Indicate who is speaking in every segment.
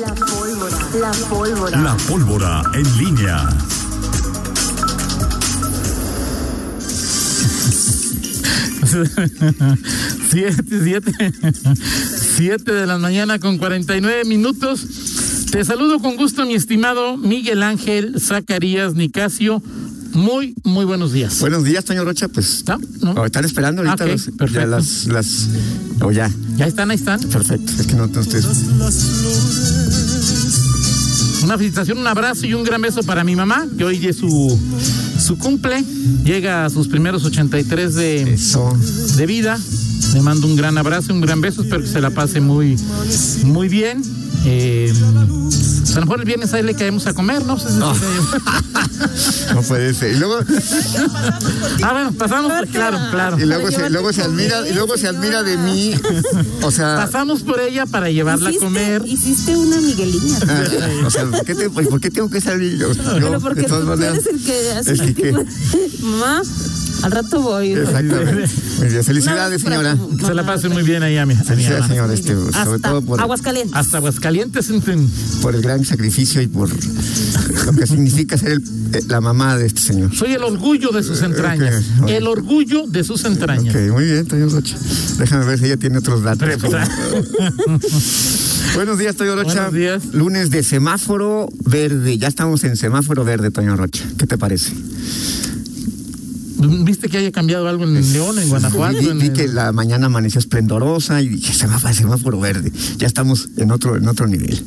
Speaker 1: La pólvora. La pólvora.
Speaker 2: La pólvora en línea.
Speaker 3: siete, siete, siete de la mañana con 49 minutos. Te saludo con gusto, mi estimado Miguel Ángel Zacarías Nicasio. Muy, muy buenos días.
Speaker 4: Buenos días, Toño Rocha. Pues
Speaker 3: ¿No? ¿No?
Speaker 4: oh, están esperando
Speaker 1: Ah,
Speaker 4: ahorita
Speaker 3: Ok,
Speaker 4: los- ya
Speaker 3: perfecto.
Speaker 4: las, las. O ya.
Speaker 3: Ya están, ahí están.
Speaker 4: Perfecto. Es que no, no estoy-
Speaker 3: Una felicitación, un abrazo y un gran beso para mi mamá, que hoy es su, su cumple. Llega a sus primeros 83 de,
Speaker 4: Eso.
Speaker 3: de vida. Le mando un gran abrazo, un gran beso. Espero que se la pase muy, muy bien. Eh, pues a lo mejor el viernes ahí le caemos a comer, ¿no? Pues es-
Speaker 4: Ah. No puede ser. Y luego,
Speaker 3: Ah, bueno, pasamos, por- claro, claro.
Speaker 4: y luego, se, luego se admira, y luego se admira de mí. O sea.
Speaker 3: Pasamos por ella para llevarla a
Speaker 1: Hiciste-
Speaker 3: comer.
Speaker 1: Hiciste una Miguelina.
Speaker 4: ah, O sea, ¿por qué, te- pues, por qué tengo que salir yo?
Speaker 1: Bueno,
Speaker 4: Yo,
Speaker 1: porque
Speaker 4: de
Speaker 1: tú,
Speaker 4: todas
Speaker 1: tú
Speaker 4: maneras.
Speaker 1: eres el que hace este
Speaker 4: Es que-
Speaker 1: tipo de- Mamá, al rato voy. ¿no?
Speaker 4: Exactamente. Muy bien. Felicidades,
Speaker 1: Un abrazo para
Speaker 4: señora.
Speaker 1: tu
Speaker 3: Que Se la
Speaker 1: mamá.
Speaker 3: pase muy bien ahí a mi, a mi
Speaker 4: Felicidades,
Speaker 3: mamá.
Speaker 4: señora. Este, sobre
Speaker 1: Hasta
Speaker 4: todo por.
Speaker 1: Aguascalientes.
Speaker 3: Hasta Aguascalientes. en fin.
Speaker 4: por el gran sacrificio y por lo que significa ser el- eh, la mamá de este señor.
Speaker 3: Soy el orgullo de sus entrañas.
Speaker 4: ok.
Speaker 3: El orgullo de sus entrañas.
Speaker 4: Ok, muy bien, Toño Rocha. Déjame ver si ella tiene otros datos.
Speaker 3: Pero, pues,
Speaker 4: Buenos días, Toño Rocha.
Speaker 3: Buenos días.
Speaker 4: Lunes de semáforo verde. Ya estamos en semáforo verde, Toño Rocha. ¿Qué te parece?
Speaker 3: ¿Viste que haya cambiado algo en León, en Guanajuato?
Speaker 4: Vi,
Speaker 3: en
Speaker 4: vi
Speaker 3: el-
Speaker 4: que la mañana amaneció esplendorosa y dije, semáforo, semáforo verde. Ya estamos en otro, en otro nivel.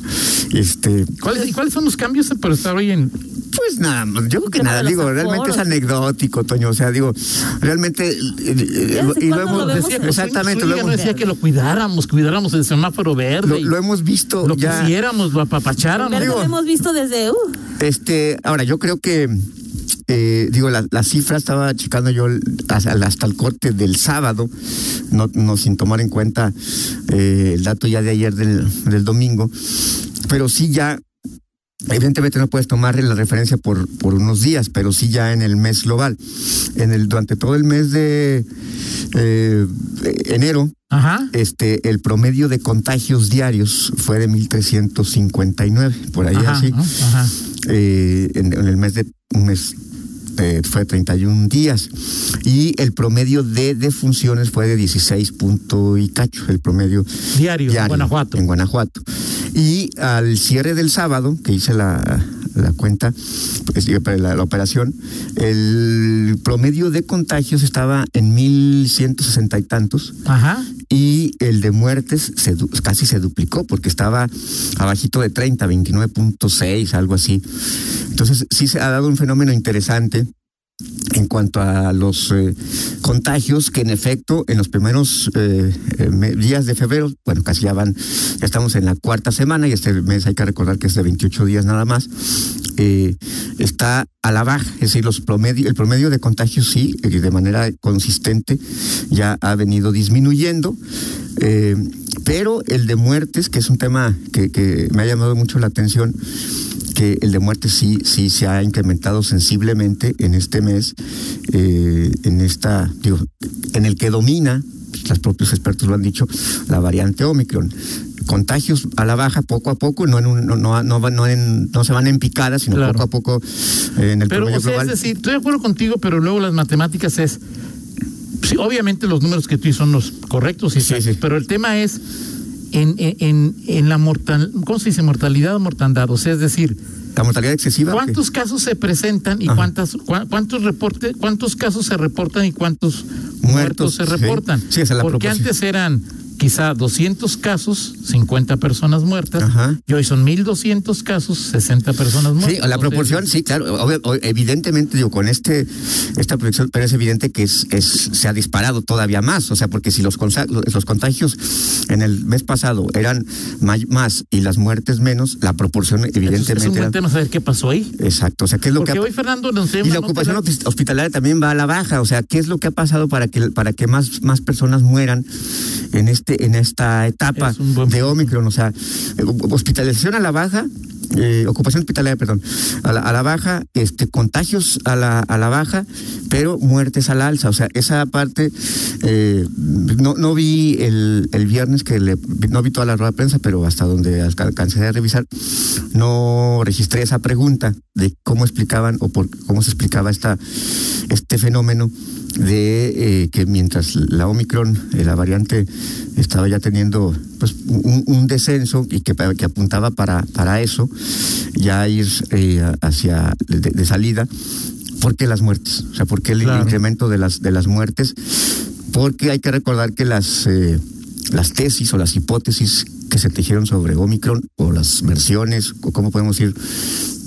Speaker 4: Este,
Speaker 3: ¿Cuáles, y ¿Cuáles son los cambios por estar hoy en...?
Speaker 4: Pues nada, yo creo que
Speaker 1: Tema
Speaker 4: nada,
Speaker 1: de los
Speaker 4: digo, realmente es
Speaker 1: aforos.
Speaker 4: anecdótico, Toño, o sea, digo, realmente eh, eh,
Speaker 1: ¿Desde
Speaker 4: y lo
Speaker 1: cuándo lo
Speaker 4: hemos
Speaker 1: vemos?
Speaker 3: Decía que
Speaker 4: exactamente,
Speaker 3: Zúñiga
Speaker 4: lo
Speaker 3: no
Speaker 4: hemos,
Speaker 3: decía que lo cuidáramos, cuidáramos el semáforo verde.
Speaker 4: lo-
Speaker 3: y
Speaker 4: lo hemos visto
Speaker 3: lo
Speaker 4: ya
Speaker 3: quisiéramos, lo apapacháramos.
Speaker 1: Pero
Speaker 4: digo-
Speaker 1: lo hemos visto desde. uh,
Speaker 4: este, ahora yo creo que eh, digo, la, la cifra estaba checando yo el- hasta, hasta el corte del sábado, no, no sin tomar en cuenta eh, el dato ya de ayer del, del domingo, pero sí ya Evidentemente no puedes tomar la referencia por, por unos días, pero sí ya en el mes global. En el, durante todo el mes de eh, enero,
Speaker 3: Ajá.
Speaker 4: este, el promedio de contagios diarios fue de 1.359, por ahí
Speaker 3: Ajá,
Speaker 4: así.
Speaker 3: ¿no? Ajá.
Speaker 4: Eh, en, en el mes de un mes eh, fue 31 días. Y el promedio de defunciones fue de 16 punto y cacho, el promedio
Speaker 3: Diario, en
Speaker 4: diario
Speaker 3: Guanajuato.
Speaker 4: en Guanajuato. Y al cierre del sábado, que hice la, la cuenta, pues, digo, para la, la operación, el promedio de contagios estaba en 1160 y tantos
Speaker 3: Ajá.
Speaker 4: y el de muertes se du- casi se duplicó porque estaba abajito de 30, 29.6, algo así. Entonces sí se ha dado un fenómeno interesante en cuanto a los eh, contagios que en efecto en los primeros eh, eh, me- días de febrero, bueno, casi ya van, ya estamos en la cuarta semana y este mes hay que recordar que es de 28 días nada más, eh, está a la baja, es decir, los promedio, el promedio de contagios sí, eh, de manera consistente ya ha venido disminuyendo, eh, pero el de muertes, que es un tema que, que me ha llamado mucho la atención, que el de muerte sí, sí se ha incrementado sensiblemente en este mes, eh, en esta, digo, en el que domina, los propios expertos lo han dicho, la variante Omicron. Contagios a la baja poco a poco, no en un- no, no, no, van- no en- no se van en picada, sino
Speaker 3: Claro.
Speaker 4: poco a poco eh, en el
Speaker 3: Pero,
Speaker 4: promedio
Speaker 3: o sea,
Speaker 4: global.
Speaker 3: es decir, estoy de acuerdo contigo, pero luego las matemáticas es. Sí, obviamente los números que tú dices son los correctos, y
Speaker 4: Sí,
Speaker 3: sí,
Speaker 4: sí.
Speaker 3: pero el tema es en, en- en, en la mortal, ¿cómo se dice? Mortalidad o mortandad. O sea, es decir,
Speaker 4: la mortalidad excesiva. ¿o qué?
Speaker 3: ¿cuántos casos se presentan y
Speaker 4: Ajá.
Speaker 3: cuántas, cua- cuántos reportes, cuántos casos se reportan y cuántos muertos,
Speaker 4: Muertos,
Speaker 3: se
Speaker 4: sí.
Speaker 3: reportan?
Speaker 4: Sí, esa es la
Speaker 3: Porque
Speaker 4: proporción.
Speaker 3: antes eran quizá 200 casos, 50 personas muertas,
Speaker 4: Ajá.
Speaker 3: y hoy son 1200 casos, 60 personas muertas.
Speaker 4: Sí, la
Speaker 3: O sea,
Speaker 4: proporción, sí, claro. Obvio- o- evidentemente, digo, con este esta proyección, pero es evidente que es, es- se ha disparado todavía más. O sea, porque si los, consa- los contagios en el mes pasado eran may- más y las muertes menos, la proporción
Speaker 3: Entonces,
Speaker 4: evidentemente...
Speaker 3: Es un
Speaker 4: era-
Speaker 3: buen tema saber qué pasó ahí.
Speaker 4: Exacto, o sea, ¿qué es lo
Speaker 3: Porque
Speaker 4: que ha-
Speaker 3: hoy Fernando nos dio
Speaker 4: y
Speaker 3: una
Speaker 4: la ocupación
Speaker 3: nota-
Speaker 4: hospi- hospitalaria también va a la baja, o sea, ¿qué es lo que ha pasado para que para que más más personas mueran en este en esta etapa
Speaker 3: Es un buen
Speaker 4: de
Speaker 3: punto.
Speaker 4: Omicron, o sea, eh, hospitalización a la baja eh, ocupación hospitalaria, perdón, a la, a la baja, este, contagios a la, a la baja, pero muertes al alza. O sea, esa parte, eh, no, no vi el, el viernes que le, no vi toda la rueda de prensa, pero hasta donde alca- alcancé a revisar, no registré esa pregunta de cómo explicaban o por cómo se explicaba esta, este fenómeno de eh, que mientras la Omicron, eh, la variante, estaba ya teniendo pues, un, un descenso y que, pa- que apuntaba para, para eso, ya ir eh, hacia de, de salida, ¿por qué las muertes? O sea, ¿por qué el
Speaker 3: Claro.
Speaker 4: incremento de las, de las muertes? Porque hay que recordar que las, eh, las tesis o las hipótesis que se tejieron sobre Omicron o las versiones, o cómo podemos ir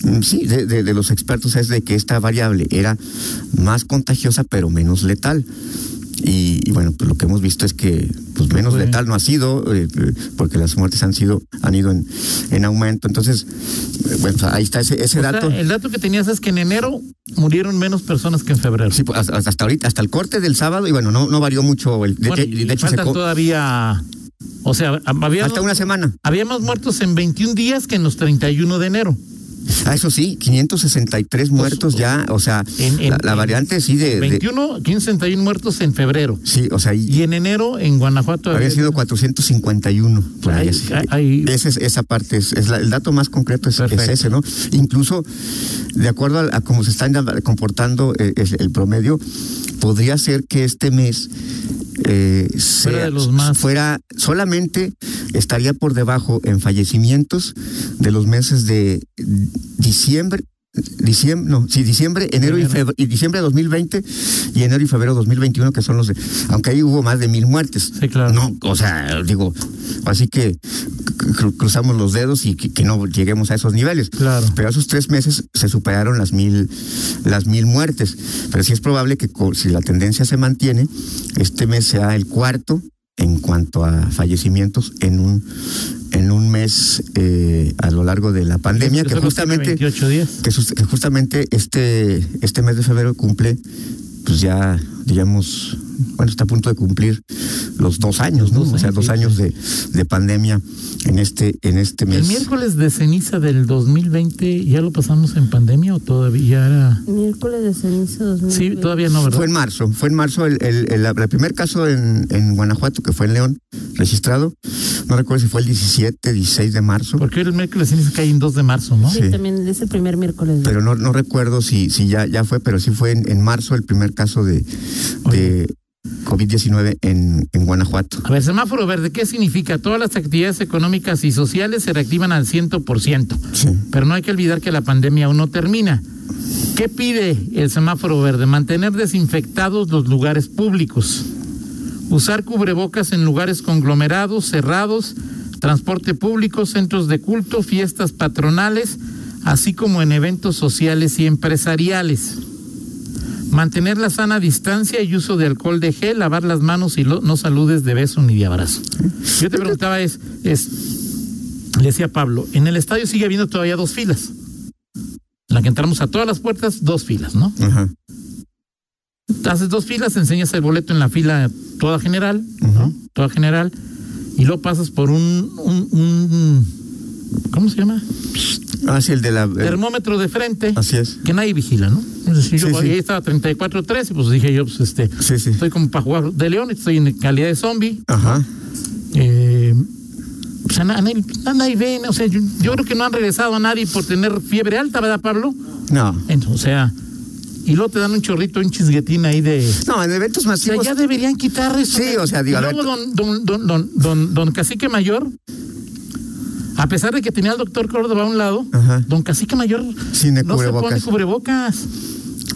Speaker 4: Mm, Sí, de, de- de los expertos es de que esta variable era más contagiosa pero menos letal. Y, y bueno, pues lo que hemos visto es que pues menos
Speaker 3: Ujú.
Speaker 4: letal no ha sido, eh, eh, porque las muertes han sido, han ido en, en aumento. Entonces, eh, bueno, o sea, ahí está ese, ese
Speaker 3: O sea, eh,
Speaker 4: dato.
Speaker 3: el dato que tenías es que en enero murieron menos personas que en febrero.
Speaker 4: Sí, pues, hasta, hasta ahorita, hasta el corte del sábado, y bueno, no, no varió mucho. El, de,
Speaker 3: Bueno,
Speaker 4: de-
Speaker 3: y
Speaker 4: de hecho, se
Speaker 3: faltan
Speaker 4: co-
Speaker 3: todavía. O sea, había,
Speaker 4: falta una semana.
Speaker 3: había más muertos en 21 días que en los 31 de enero.
Speaker 4: Ah, eso sí, 563 muertos ya, o sea,
Speaker 3: En- en-
Speaker 4: la, la
Speaker 3: en
Speaker 4: variante sí de... de-
Speaker 3: 21, 561 muertos en febrero.
Speaker 4: sí, o sea, y-
Speaker 3: Y en enero en Guanajuato
Speaker 4: Había sido 451. Por
Speaker 3: Ay,
Speaker 4: ahí, así.
Speaker 3: ay, ay.
Speaker 4: Esa es- esa parte, es, es la- el dato más concreto es, es
Speaker 3: Perfecto.
Speaker 4: ese, ¿no? Incluso, de acuerdo a, a cómo se está comportando eh, es- el promedio, podría ser que este mes eh,
Speaker 3: Fuera
Speaker 4: sea-
Speaker 3: de los más.
Speaker 4: fuera solamente estaría por debajo en fallecimientos de los meses de diciembre. Diciembre, no, sí, diciembre, enero, y,
Speaker 3: Enero.
Speaker 4: febrero, y diciembre de 2020 y enero y febrero de 2021, que son los de. Aunque ahí hubo más de mil muertes.
Speaker 3: Sí, claro.
Speaker 4: No, o sea, digo, así que cru- cruzamos los dedos y que, que no lleguemos a esos niveles.
Speaker 3: Claro.
Speaker 4: Pero esos tres meses se superaron las mil, las mil muertes. Pero sí es probable que co- si la tendencia se mantiene, este mes sea el cuarto en cuanto a fallecimientos en un, en un mes eh, a lo largo de la pandemia, que
Speaker 3: solo tiene
Speaker 4: justamente
Speaker 3: 28 días.
Speaker 4: que, sus- que justamente este, este mes de febrero cumple, pues ya, digamos, bueno, está a punto de cumplir los dos años, ¿no?
Speaker 3: Los dos
Speaker 4: o sea,
Speaker 3: años,
Speaker 4: dos
Speaker 3: sí.
Speaker 4: años de, de pandemia en este, en este
Speaker 3: El
Speaker 4: mes.
Speaker 3: miércoles de ceniza del 2020, ¿ya lo pasamos en pandemia o todavía era.?
Speaker 1: Miércoles de ceniza 2000.
Speaker 3: Sí, todavía no, ¿verdad?
Speaker 4: Fue en marzo, fue en marzo el, el, el- el primer caso en, en Guanajuato, que fue en León, registrado. No recuerdo si fue el 17, 16 de marzo.
Speaker 3: Porque el miércoles de ceniza cae en 2 de marzo, ¿no?
Speaker 1: Sí,
Speaker 4: Sí.
Speaker 1: también es el primer miércoles.
Speaker 4: pero no, no recuerdo si, si ya, ya fue, pero sí fue en, en marzo el primer caso de, de COVID-19 en, en Guanajuato.
Speaker 3: A ver, semáforo verde, ¿qué significa? Todas las actividades económicas y sociales se reactivan al 100%,
Speaker 4: Sí.
Speaker 3: pero no hay que olvidar que la pandemia aún no termina. ¿Qué pide el semáforo verde? Mantener desinfectados los lugares públicos, usar cubrebocas en lugares conglomerados, cerrados, transporte público, centros de culto, fiestas patronales, así como en eventos sociales y empresariales. Mantener la sana distancia y uso de alcohol de gel, lavar las manos y lo- no saludes de beso ni de abrazo. Yo te preguntaba, es, es, le decía Pablo, en el estadio sigue habiendo todavía dos filas. En la que entramos a todas las puertas, dos filas, ¿no?
Speaker 4: Ajá.
Speaker 3: Haces dos filas, enseñas el boleto en la fila toda general, ¿no?
Speaker 4: Ujú.
Speaker 3: Toda general, y lo pasas por un, un, un- ¿cómo se llama?
Speaker 4: Ah, sí, el de la. el-
Speaker 3: Termómetro de frente,
Speaker 4: así es.
Speaker 3: que nadie vigila, ¿no? Es decir, yo
Speaker 4: Sí,
Speaker 3: voy,
Speaker 4: sí.
Speaker 3: ahí estaba 34-3, y pues dije yo, pues este,
Speaker 4: Sí, sí.
Speaker 3: estoy como para jugar de león, estoy en calidad de zombie,
Speaker 4: Ajá.
Speaker 3: Eh, o sea, na- nadie, na- nadie ve, o sea, yo, yo creo que no han regresado a nadie por tener fiebre alta, ¿verdad, Pablo?
Speaker 4: No.
Speaker 3: Entonces, o sea, y luego te dan un chorrito, un chisguetín ahí de...
Speaker 4: No, en eventos
Speaker 3: O sea,
Speaker 4: masivos.
Speaker 3: ya deberían quitar eso.
Speaker 4: Sí, o sea,
Speaker 3: Y
Speaker 4: digo, a ver,
Speaker 3: luego don, don, don, don, don, don Cacique Mayor, a pesar de que tenía al doctor Córdoba a un lado,
Speaker 4: Ajá.
Speaker 3: don Cacique Mayor
Speaker 4: Sin el
Speaker 3: no se pone
Speaker 4: cubrebocas.
Speaker 3: cubrebocas.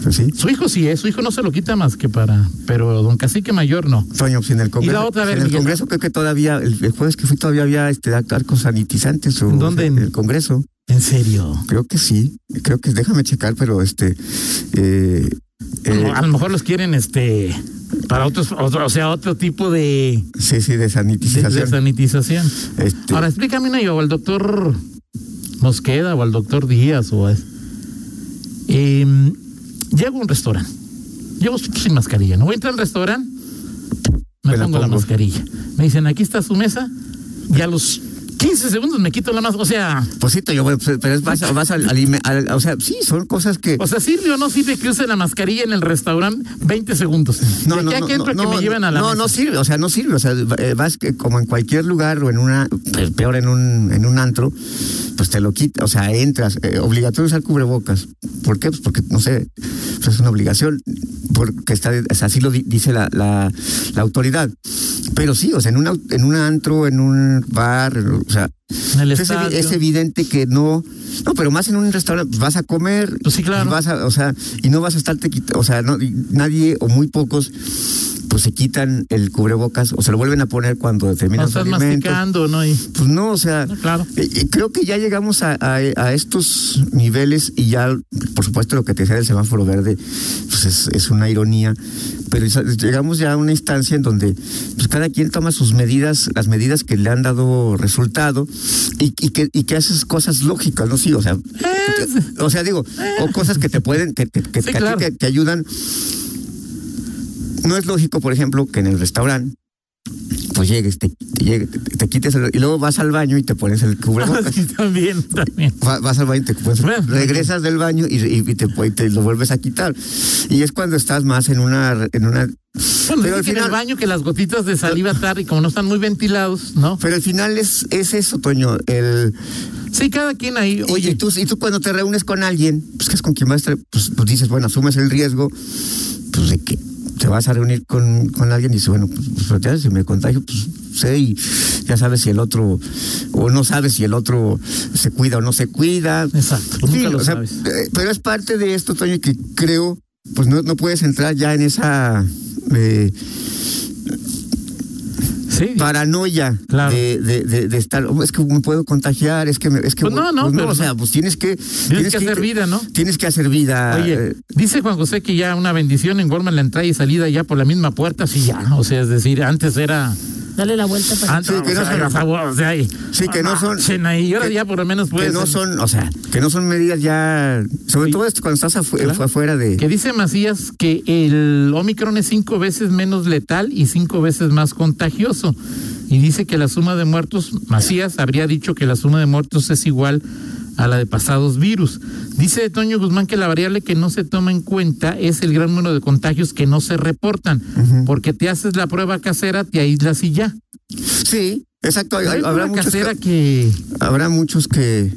Speaker 4: Pues sí.
Speaker 3: Su hijo sí, eh, su hijo no se lo quita más que para... Pero don Cacique Mayor no.
Speaker 4: Toño, pues en el Congreso.
Speaker 3: otra, a ver,
Speaker 4: en el
Speaker 3: Miguel.
Speaker 4: Congreso creo que todavía, el, el jueves que fui todavía había este arcos sanitizantes. O,
Speaker 3: ¿En dónde?
Speaker 4: En el Congreso.
Speaker 3: En serio.
Speaker 4: Creo que sí. Creo que déjame checar, pero este. eh, eh,
Speaker 3: a lo mejor los quieren este para otros, otro- o sea, otro tipo de,
Speaker 4: sí, sí, de
Speaker 3: de- de
Speaker 4: sanitización.
Speaker 3: sanitización.
Speaker 4: Este,
Speaker 3: Ahora explícame una yo, o al doctor Mosqueda o al doctor Díaz o a ese. Em, llego a un restaurante. Llego sin mascarilla, no voy a entrar al restaurante, me
Speaker 4: Me la
Speaker 3: pongo la
Speaker 4: pongo.
Speaker 3: mascarilla. Me dicen, aquí está su mesa, ya los 15 segundos me quito la más. O sea,
Speaker 4: Pues sí, te digo, pues, pero es, vas, vas al, al ime- al- O sea, sí, son cosas que.
Speaker 3: o sea, sirve o no sirve que use la mascarilla en el restaurante 20 segundos.
Speaker 4: No,
Speaker 3: De
Speaker 4: no,
Speaker 3: aquí a
Speaker 4: no,
Speaker 3: que entro
Speaker 4: no,
Speaker 3: que me
Speaker 4: no,
Speaker 3: lleven a la.
Speaker 4: no,
Speaker 3: mesa.
Speaker 4: no sirve, o sea, no sirve, o sea, eh, vas que como en cualquier lugar o en una, pe- peor en un, en un antro, pues te lo quita, o sea, entras, eh, obligatorio usar cubrebocas. ¿Por qué? Pues porque, no sé, pues es una obligación, porque está, o sea, así lo di- dice la, la, la autoridad. Pero sí, o sea, en un, au- en un antro, en un bar, o sea,
Speaker 3: En el
Speaker 4: Pues es, evi-
Speaker 3: estadio.
Speaker 4: es evidente que no, no, pero más en un restaurante vas a comer,
Speaker 3: Pues sí, claro.
Speaker 4: y vas a, o sea, y no vas a estarte, quit- o sea, no- y nadie o muy pocos, pues se quitan el cubrebocas o se lo vuelven a poner cuando
Speaker 3: No
Speaker 4: terminan su
Speaker 3: estás
Speaker 4: alimento.
Speaker 3: masticando, ¿no? Y,
Speaker 4: Pues no, o sea,
Speaker 3: No, Ah, claro.
Speaker 4: eh, eh, creo que ya llegamos a, a- a estos niveles y ya, por supuesto, lo que te decía del semáforo verde, pues es, es una ironía, pero esa- llegamos ya a una instancia en donde pues, cada quien toma sus medidas, las medidas que le han dado resultado y, y que, y que haces cosas lógicas, ¿no? Sí, o sea,
Speaker 3: Es-
Speaker 4: o sea, digo, o cosas que te pueden, que, que- que-
Speaker 3: Sí,
Speaker 4: que a ti
Speaker 3: claro.
Speaker 4: te- te ayudan. No es lógico, por ejemplo, que en el restaurante pues llegues, te, te llegue- te- te quites el- y luego vas al baño y te pones el cubrebocas.
Speaker 3: Sí, también, también.
Speaker 4: Va- vas al baño y te pones-
Speaker 3: Bueno.
Speaker 4: regresas del baño y, y- y te, y te lo vuelves a quitar. Y es cuando estás más en una en una
Speaker 3: Bueno, dicen
Speaker 4: Pero al
Speaker 3: que en el
Speaker 4: final-
Speaker 3: baño que las gotitas de saliva tarde, y como no están muy ventilados, ¿no?
Speaker 4: pero al final es, es eso, Toño, el
Speaker 3: Sí, cada quien ahí,
Speaker 4: Y-
Speaker 3: oye,
Speaker 4: y tú, y tú cuando te reúnes con alguien, pues que es con quien más te- pues, pues, dices, bueno, asumes el riesgo, pues de que te vas a reunir con, con alguien y dices, bueno, pues, pues, pero ya si me contagio, pues sé, y ya sabes si el otro, o no sabes si el otro se cuida o no se cuida.
Speaker 3: Exacto, pues, nunca lo
Speaker 4: o sea,
Speaker 3: sabes.
Speaker 4: eh, pero es parte de esto, Toño, que creo, pues no, no puedes entrar ya en esa eh,
Speaker 3: sí.
Speaker 4: paranoia
Speaker 3: Claro.
Speaker 4: de, de- de- de estar, "Oh, es que me puedo contagiar, es que me, es que
Speaker 3: Pues no, no,
Speaker 4: pues
Speaker 3: pero-
Speaker 4: o sea, pues tienes que
Speaker 3: que hacer
Speaker 4: inte-
Speaker 3: vida, ¿no?
Speaker 4: Tienes que hacer vida.
Speaker 3: Oye,
Speaker 4: eh,
Speaker 3: dice Juan José que ya una bendición informan la entrada y salida ya por la misma puerta, sí ya, o sea, es decir, antes era
Speaker 1: Dale la vuelta para
Speaker 3: antes
Speaker 4: Sí, que
Speaker 3: o
Speaker 4: no
Speaker 3: sea,
Speaker 4: son-
Speaker 3: era favor, o sea, y-
Speaker 4: Sí, que no son-
Speaker 3: Cena, y ahora
Speaker 4: que-
Speaker 3: ya por lo menos
Speaker 4: que
Speaker 3: puedes
Speaker 4: no son, o sea, que no son medidas ya, sobre
Speaker 3: Sí.
Speaker 4: todo esto cuando estás afu-
Speaker 3: Claro.
Speaker 4: afuera de.
Speaker 3: Que dice Macías que el Omicron es cinco veces menos letal y cinco veces más contagioso. Y dice que la suma de muertos, Macías habría dicho que la suma de muertos es igual a la de pasados virus. Dice Toño Guzmán que la variable que no se toma en cuenta es el gran número de contagios que no se reportan, porque te haces la prueba casera, te aíslas y ya.
Speaker 4: Sí, exacto. hay-
Speaker 3: Hay
Speaker 4: hay- habrá,
Speaker 3: prueba
Speaker 4: muchos
Speaker 3: casera
Speaker 4: que,
Speaker 3: que...
Speaker 4: habrá muchos que.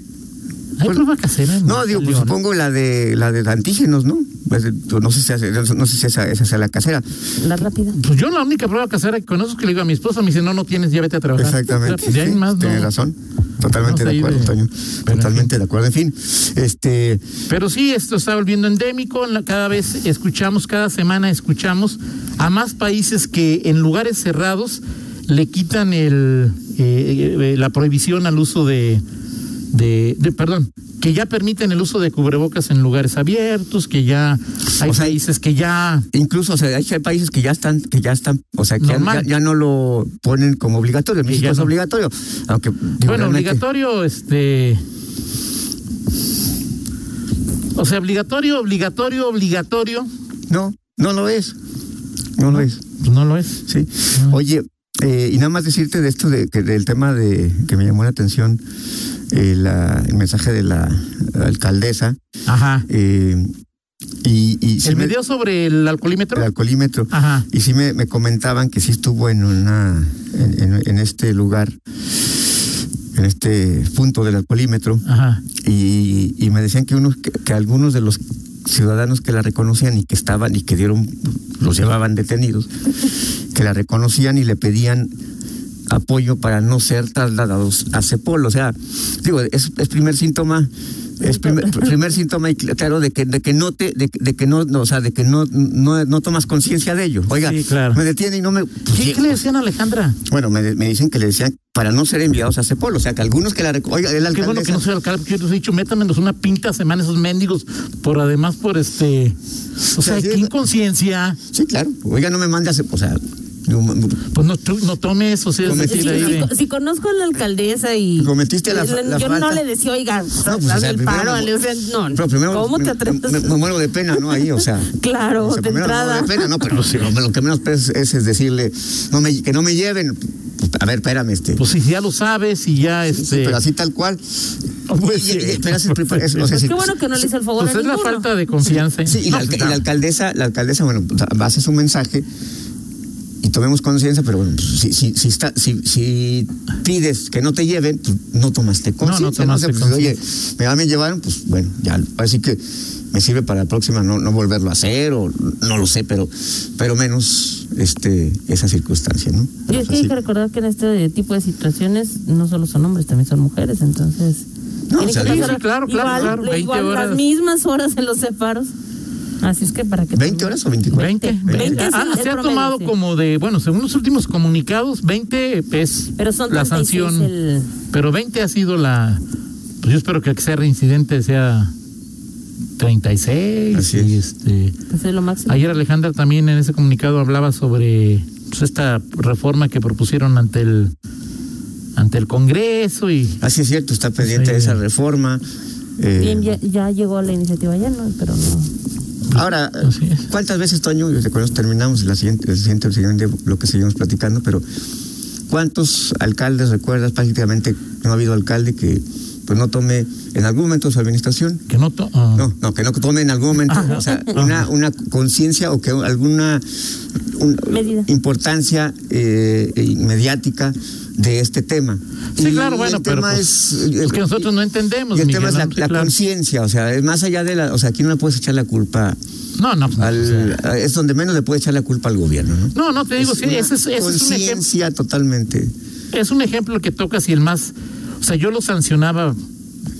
Speaker 3: Hay
Speaker 4: Pues-
Speaker 3: prueba casera. en
Speaker 4: No, digo, pues
Speaker 3: León?
Speaker 4: supongo la de la de antígenos, ¿no? Pues, no sé si, hace- no sé si esa, esa sea la casera.
Speaker 1: la rápida.
Speaker 3: Pues yo la única prueba casera que conozco es que le digo a mi esposa, me dice, no, no tienes, ya vete a trabajar. O
Speaker 4: Exactamente.
Speaker 3: sea, de ahí
Speaker 4: sí,
Speaker 3: en más, no.
Speaker 4: tienes razón. Totalmente
Speaker 3: No sé,
Speaker 4: de acuerdo,
Speaker 3: de-
Speaker 4: Toño.
Speaker 3: pero en
Speaker 4: Totalmente de acuerdo. En fin, este.
Speaker 3: Pero sí, esto está volviendo endémico. la- Cada vez escuchamos, cada semana escuchamos a más países que en lugares cerrados le quitan el, eh, eh, la prohibición al uso de, de, de- Perdón, que ya permiten el uso de cubrebocas en lugares abiertos, que ya hay
Speaker 4: O sea,
Speaker 3: países que ya.
Speaker 4: Incluso, o sea, hay, hay países que ya están, que ya están, o sea, que ya,
Speaker 3: Normal.
Speaker 4: ya- ya no lo ponen como obligatorio. En
Speaker 3: Que
Speaker 4: México
Speaker 3: ya
Speaker 4: es
Speaker 3: no.
Speaker 4: obligatorio, aunque digo,
Speaker 3: Bueno,
Speaker 4: realmente-
Speaker 3: obligatorio, este. O sea, obligatorio, obligatorio, obligatorio.
Speaker 4: No, no lo es, no lo es,
Speaker 3: Pues no lo es.
Speaker 4: sí. Oye, eh, y nada más decirte de esto de, que- del tema de que me llamó la atención eh, la- el mensaje de la, alcaldesa
Speaker 3: Ajá.
Speaker 4: eh, y, y sí
Speaker 3: El
Speaker 4: me-
Speaker 3: video sobre el alcoholímetro.
Speaker 4: el alcoholímetro.
Speaker 3: Ajá.
Speaker 4: Y sí me, me comentaban que sí estuvo en una en, en- en este lugar, en este punto del alcoholímetro,
Speaker 3: Ajá.
Speaker 4: y, y me decían que unos que, que algunos de los ciudadanos que la reconocían y que estaban y que dieron los llevaban detenidos, que la reconocían y le pedían apoyo para no ser trasladados a Cepol. O sea, digo, es, es primer síntoma. Es primer, primer síntoma y cl- claro de que de que no te de, que- de que no, no, o sea de que no no, no tomas conciencia de ello oiga
Speaker 3: Sí, claro.
Speaker 4: me detiene y no me pues,
Speaker 3: ¿Qué,
Speaker 4: sí,
Speaker 3: qué le decían a Alejandra?
Speaker 4: bueno me, de- me dicen que le decían para no ser enviados a Cepol o sea que algunos que la reco- oiga el
Speaker 3: Qué bueno que
Speaker 4: alcaldesa-
Speaker 3: no soy alcalde, porque yo les he dicho, métamenos una pinta a semana esos mendigos, por además, por este. O sea,
Speaker 4: sí,
Speaker 3: qué
Speaker 4: es-
Speaker 3: inconsciencia.
Speaker 4: Sí, claro. Oiga, no me mandas, o sea, no-
Speaker 3: Pues no, tú- no tomes, o sea, es
Speaker 4: Come-
Speaker 3: decir,
Speaker 1: Si,
Speaker 3: ahí de-
Speaker 1: si- si conozco a la alcaldesa y.
Speaker 4: Cometiste la fa- la
Speaker 1: Yo
Speaker 4: falta.
Speaker 1: no le decía, oiga,
Speaker 4: No, pues, o
Speaker 1: dame
Speaker 4: sea,
Speaker 1: el
Speaker 4: primero
Speaker 1: paro,
Speaker 4: me-
Speaker 1: Ale, o sea, no.
Speaker 4: pero primero
Speaker 1: ¿Cómo te atreves?
Speaker 4: me, me muero de pena, ¿no? Ahí, o sea.
Speaker 1: claro,
Speaker 4: o sea,
Speaker 1: de
Speaker 4: primero me muero
Speaker 1: entrada.
Speaker 4: de pena, no, pero sí, lo, lo que menos es, es decirle no me, que no me lleven. pues, a ver, espérame, este.
Speaker 3: Pues si ya lo sabes y ya este.
Speaker 4: Sí, pero así tal cual.
Speaker 3: Pues,
Speaker 4: Y- y- y- pero es el primer- es- o sea,
Speaker 1: Pues
Speaker 4: sí,
Speaker 1: qué bueno que no le hizo el favor
Speaker 3: Pues
Speaker 1: a
Speaker 3: es la
Speaker 1: ninguno.
Speaker 3: falta de confianza.
Speaker 4: Sí, y
Speaker 3: No,
Speaker 4: la, alca-
Speaker 3: pues,
Speaker 4: y la alcaldesa, la alcaldesa, bueno, pues, hace su mensaje y tomemos conciencia, pero bueno, pues, si, si, si, está- si, si pides que no te lleven, pues, no tomaste conciencia.
Speaker 3: tomaste
Speaker 4: Pues, oye, me van a llevar, pues bueno, ya, así que me sirve para la próxima no, no volverlo a hacer o no lo sé, pero, pero menos este, esa circunstancia, ¿no?
Speaker 1: Y es que hay
Speaker 4: Así.
Speaker 1: que recordar que en este tipo de situaciones no solo son hombres, también son mujeres, entonces.
Speaker 4: No,
Speaker 1: tienen
Speaker 4: o sea,
Speaker 1: que
Speaker 4: sí,
Speaker 1: pasar
Speaker 3: sí, claro, claro,
Speaker 1: igual-
Speaker 3: claro, 20
Speaker 1: igual
Speaker 3: horas.
Speaker 1: las mismas horas en los separos. Así es que para que.
Speaker 4: ¿20 horas o 24?
Speaker 3: 20.
Speaker 1: 20,
Speaker 3: 20.
Speaker 1: sí,
Speaker 3: Ah,
Speaker 1: es
Speaker 3: se ha
Speaker 1: promedio,
Speaker 3: tomado
Speaker 1: sí.
Speaker 3: como de, bueno, según los últimos comunicados, 20 es
Speaker 1: Pero son
Speaker 3: la
Speaker 1: 36
Speaker 3: sanción.
Speaker 1: el-
Speaker 3: Pero 20 ha sido la. Pues yo espero que el que sea reincidente sea 36.
Speaker 4: Así
Speaker 3: y
Speaker 4: es.
Speaker 3: este.
Speaker 1: Pues es lo máximo.
Speaker 3: Ayer Alejandra también en ese comunicado hablaba sobre pues, esta reforma que propusieron ante el ante el Congreso y
Speaker 4: Así es cierto, está pendiente
Speaker 3: Sí.
Speaker 4: de esa reforma. eh,
Speaker 1: Bien, ya, ya llegó la iniciativa ayer, ¿no? Pero no.
Speaker 4: Ahora,
Speaker 3: Así es.
Speaker 4: ¿cuántas veces, Toño? Desde cuando terminamos la siguiente, el siguiente, el siguiente bloque seguimos platicando, pero ¿cuántos alcaldes recuerdas? Prácticamente no ha habido alcalde que pues no tome en algún momento de su administración.
Speaker 3: que no to- ah,
Speaker 4: No, no, que no tome en algún momento o sea, una, una conciencia o que alguna un-
Speaker 1: Medida.
Speaker 4: importancia eh, eh, mediática de este tema.
Speaker 3: Sí,
Speaker 4: Y
Speaker 3: claro, bueno,
Speaker 4: el
Speaker 3: pero
Speaker 4: tema
Speaker 3: pues,
Speaker 4: es, eh,
Speaker 3: es que nosotros no entendemos,
Speaker 4: y el
Speaker 3: Miguel,
Speaker 4: tema es la,
Speaker 3: ¿no? Sí,
Speaker 4: la
Speaker 3: claro.
Speaker 4: conciencia, o sea, es más allá de la, o sea, aquí no le puedes echar la culpa
Speaker 3: no no pues,
Speaker 4: al-
Speaker 3: o sea,
Speaker 4: a- es donde menos le puede echar la culpa al gobierno, ¿no?
Speaker 3: no no te digo sí
Speaker 4: una
Speaker 3: ese es, ese es un ejemplo
Speaker 4: conciencia totalmente.
Speaker 3: es un ejemplo que tocas y el más o sea yo lo sancionaba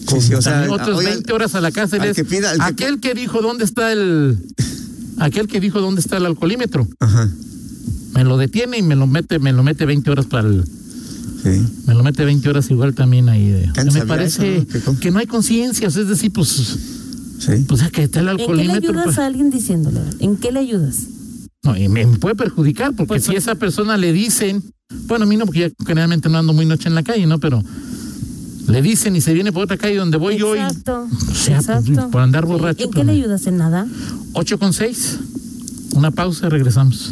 Speaker 3: con
Speaker 4: sí, o sea,
Speaker 3: también otras
Speaker 4: oye,
Speaker 3: 20 horas a la cárcel
Speaker 4: al
Speaker 3: es
Speaker 4: que pida- al que-
Speaker 3: aquel que dijo dónde está el aquel que dijo dónde está el alcoholímetro
Speaker 4: Ajá.
Speaker 3: me lo detiene y me lo mete me lo mete 20 horas para el
Speaker 4: Sí.
Speaker 3: Me lo mete 20 horas igual también ahí. de-
Speaker 4: ¿Quién
Speaker 3: o sea,
Speaker 4: sabía
Speaker 3: me parece
Speaker 4: eso, no? ¿Qué cosa?
Speaker 3: que no hay conciencia, o sea, es decir, pues,
Speaker 4: Sí.
Speaker 3: pues ya que está el
Speaker 1: ¿En qué le
Speaker 3: alcoholímetro.
Speaker 1: ayudas
Speaker 3: pues,
Speaker 1: a alguien diciéndole? ¿En qué le ayudas?
Speaker 3: no, y me, me puede perjudicar, porque
Speaker 1: Pues,
Speaker 3: si
Speaker 1: pues.
Speaker 3: esa persona le dicen, bueno, a mí no, porque ya generalmente no ando muy noche en la calle, ¿no? Pero le dicen y se viene por otra calle donde voy yo y
Speaker 1: exacto.
Speaker 3: O sea, pues,
Speaker 1: exacto.
Speaker 3: por andar borracho,
Speaker 1: ¿En qué
Speaker 3: pues,
Speaker 1: le
Speaker 3: no.
Speaker 1: ayudas? ¿En nada?
Speaker 3: 8 con 6. Una pausa, regresamos.